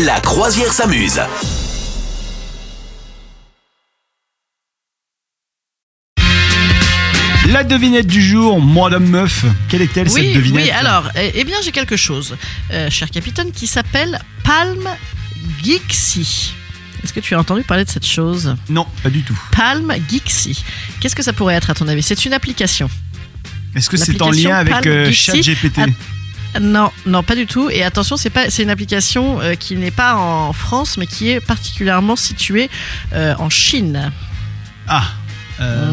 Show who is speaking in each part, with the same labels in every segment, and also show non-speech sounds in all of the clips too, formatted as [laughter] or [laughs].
Speaker 1: La croisière s'amuse.
Speaker 2: La devinette du jour, Madame Meuf, quelle est-elle cette
Speaker 3: Oui,
Speaker 2: devinette
Speaker 3: oui, alors, eh, eh bien, j'ai quelque chose, euh, cher capitaine, qui s'appelle Palm Gixi. Est-ce que tu as entendu parler de cette chose
Speaker 2: Non, pas du tout.
Speaker 3: Palm Gixi. Qu'est-ce que ça pourrait être à ton avis C'est une application.
Speaker 2: Est-ce que c'est en
Speaker 3: L'application
Speaker 2: lien avec
Speaker 3: Palm
Speaker 2: euh,
Speaker 3: Dixit
Speaker 2: ChatGPT
Speaker 3: a- Non, non, pas du tout. Et attention, c'est pas, c'est une application euh, qui n'est pas en France, mais qui est particulièrement située euh, en Chine.
Speaker 2: Ah, euh,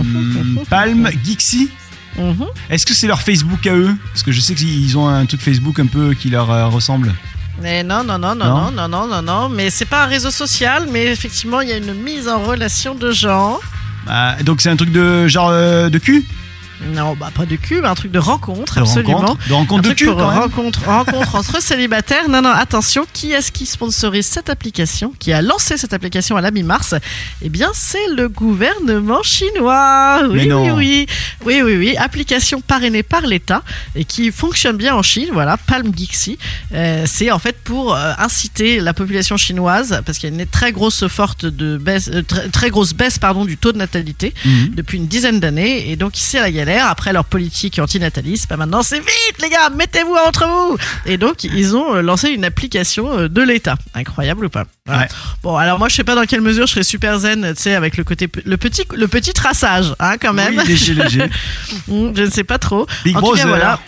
Speaker 2: Palm, Gixi
Speaker 3: Mhm.
Speaker 2: Est-ce que c'est leur Facebook à eux Parce que je sais qu'ils ont un truc Facebook un peu qui leur euh, ressemble.
Speaker 3: Mais non, non, non,
Speaker 2: Non.
Speaker 3: non, non, non, non, non, non. Mais c'est pas un réseau social, mais effectivement, il y a une mise en relation de gens.
Speaker 2: Ah, donc c'est un truc de genre euh, de cul
Speaker 3: Non, bah pas de cul, mais un truc de rencontre,
Speaker 2: de
Speaker 3: absolument.
Speaker 2: rencontre, de
Speaker 3: Un
Speaker 2: rencontre de
Speaker 3: truc
Speaker 2: cul
Speaker 3: pour euh,
Speaker 2: quand même.
Speaker 3: rencontre, rencontre entre célibataires. Non, non, attention, qui est-ce qui sponsorise cette application, qui a lancé cette application à la mi-mars Eh bien, c'est le gouvernement chinois.
Speaker 2: Mais
Speaker 3: Oui, oui,
Speaker 2: non.
Speaker 3: oui, oui, oui, oui. Application parrainée par l'État et qui fonctionne bien en Chine. Voilà, Palm Gixi. Euh, c'est en fait pour euh, inciter la population chinoise, parce qu'il y a une très grosse forte de baisse, euh, très, très grosse baisse pardon du taux de natalité
Speaker 2: Mhm.
Speaker 3: depuis une dizaine d'années et donc ici à la galère après leur politique antinataliste bah maintenant c'est vite les gars mettez-vous entre vous et donc ils ont euh, lancé une application euh, de l'État incroyable ou pas Voilà.
Speaker 2: Ouais.
Speaker 3: bon alors moi je sais pas dans quelle mesure je serais super zen euh, tu sais avec le côté pe- le petit le petit traçage hein quand même
Speaker 2: Oui, léger, léger.
Speaker 3: Mm, [laughs] je ne sais pas trop
Speaker 2: Big
Speaker 3: en tout cas,
Speaker 2: Brother.
Speaker 3: voilà.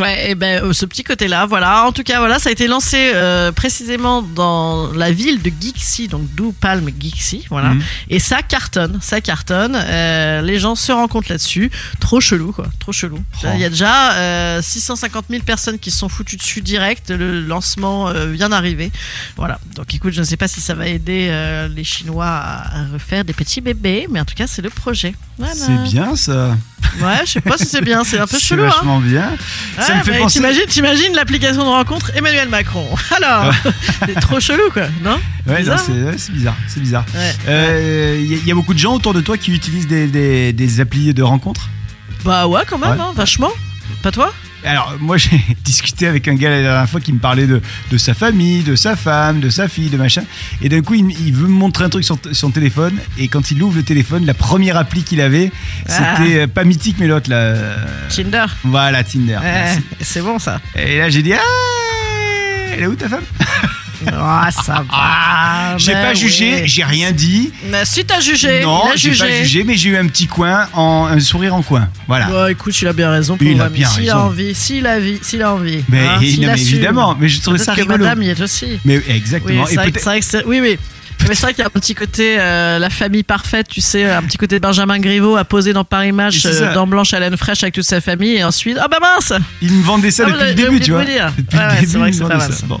Speaker 3: Ouais, et ben euh, ce petit côté-là, voilà. En tout cas, voilà, ça a été lancé euh, précisément dans la ville de Gixi, donc d'où Palme Gixi, voilà.
Speaker 2: Mhm.
Speaker 3: Et ça cartonne, ça cartonne. Euh, les gens se rencontrent là-dessus. Trop chelou, quoi. Trop chelou.
Speaker 2: Oh.
Speaker 3: Il y a déjà euh, 650 000 personnes qui se sont foutues dessus direct. Le lancement euh, vient d'arriver. Voilà. Donc écoute, je ne sais pas si ça va aider euh, les Chinois à à refaire des petits bébés, mais en tout cas, c'est le projet. Voilà.
Speaker 2: C'est bien ça.
Speaker 3: Ouais, je sais pas si c'est bien. C'est un peu
Speaker 2: [laughs] C'est
Speaker 3: chelou, hein.
Speaker 2: vachement bien. Ça
Speaker 3: Ouais,
Speaker 2: me fait
Speaker 3: bah,
Speaker 2: penser-
Speaker 3: T'imagines, t'imagines l'application de rencontre Emmanuel Macron. [laughs] Alors, c'est trop chelou, quoi, non
Speaker 2: Ouais,
Speaker 3: Bizarre,
Speaker 2: non, c'est ouais, c'est bizarre. C'est bizarre.
Speaker 3: Ouais.
Speaker 2: Euh, Il y, a- il y a beaucoup de gens autour de toi qui utilisent des, des, des applis de rencontre
Speaker 3: Bah ouais, quand même,
Speaker 2: Ouais.
Speaker 3: hein, vachement. Pas toi
Speaker 2: Alors, moi, [laughs] j'ai discuté avec un gars la dernière fois qui me parlait de, de sa famille, de sa femme, de sa fille, de machin. Et d'un coup, il, me- il veut me montrer un truc sur t- son téléphone. Et quand il ouvre le téléphone, la première appli qu'il avait,
Speaker 3: Ah.
Speaker 2: c'était euh, pas mythique, mais l'autre, là. euh,
Speaker 3: Tinder.
Speaker 2: Voilà, Tinder.
Speaker 3: Ouais,
Speaker 2: Merci.
Speaker 3: c'est
Speaker 2: [laughs]
Speaker 3: bon, ça.
Speaker 2: Et là, j'ai dit, ah, elle est où ta femme Ah,
Speaker 3: Ah, ça va.
Speaker 2: J'ai
Speaker 3: mais
Speaker 2: pas jugé,
Speaker 3: ouais.
Speaker 2: j'ai rien dit.
Speaker 3: Mais si t'as jugé,
Speaker 2: non,
Speaker 3: il a
Speaker 2: j'ai
Speaker 3: jugé.
Speaker 2: pas jugé, mais j'ai eu un petit coin, en, un sourire en coin. Voilà.
Speaker 3: Bah écoute, il a bien raison pour
Speaker 2: Il a
Speaker 3: Rami.
Speaker 2: bien
Speaker 3: S'il a
Speaker 2: raison.
Speaker 3: envie, s'il a, vie- s'il a envie.
Speaker 2: Mais,
Speaker 3: hein,
Speaker 2: non,
Speaker 3: s'il
Speaker 2: mais
Speaker 3: assume.
Speaker 2: évidemment, mais je trouvais
Speaker 3: Peut-être
Speaker 2: ça
Speaker 3: que
Speaker 2: rigolo.
Speaker 3: madame y est aussi.
Speaker 2: Mais
Speaker 3: Oui,
Speaker 2: exactement.
Speaker 3: c'est
Speaker 2: et
Speaker 3: vrai, que-
Speaker 2: peut-être.
Speaker 3: c'est vrai que c'est- oui, oui. Mais c'est vrai qu'il y a un petit côté euh, la famille parfaite, tu sais, un petit côté Benjamin Griveaux à poser dans Paris Match,
Speaker 2: C'est ça.
Speaker 3: euh, dans Blanche à laine fraîche avec toute sa famille, et ensuite, oh bah mince
Speaker 2: Il me vendait ça
Speaker 3: Ah,
Speaker 2: depuis
Speaker 3: j'ai-
Speaker 2: le
Speaker 3: j'ai
Speaker 2: début,
Speaker 3: oublié
Speaker 2: tu
Speaker 3: de
Speaker 2: vois.
Speaker 3: vous dire.
Speaker 2: Depuis
Speaker 3: Ouais,
Speaker 2: le
Speaker 3: ouais,
Speaker 2: début,
Speaker 3: c'est vrai que
Speaker 2: il
Speaker 3: c'est
Speaker 2: me
Speaker 3: pas
Speaker 2: vendait
Speaker 3: mal,
Speaker 2: ça.
Speaker 3: ça.
Speaker 2: Bon.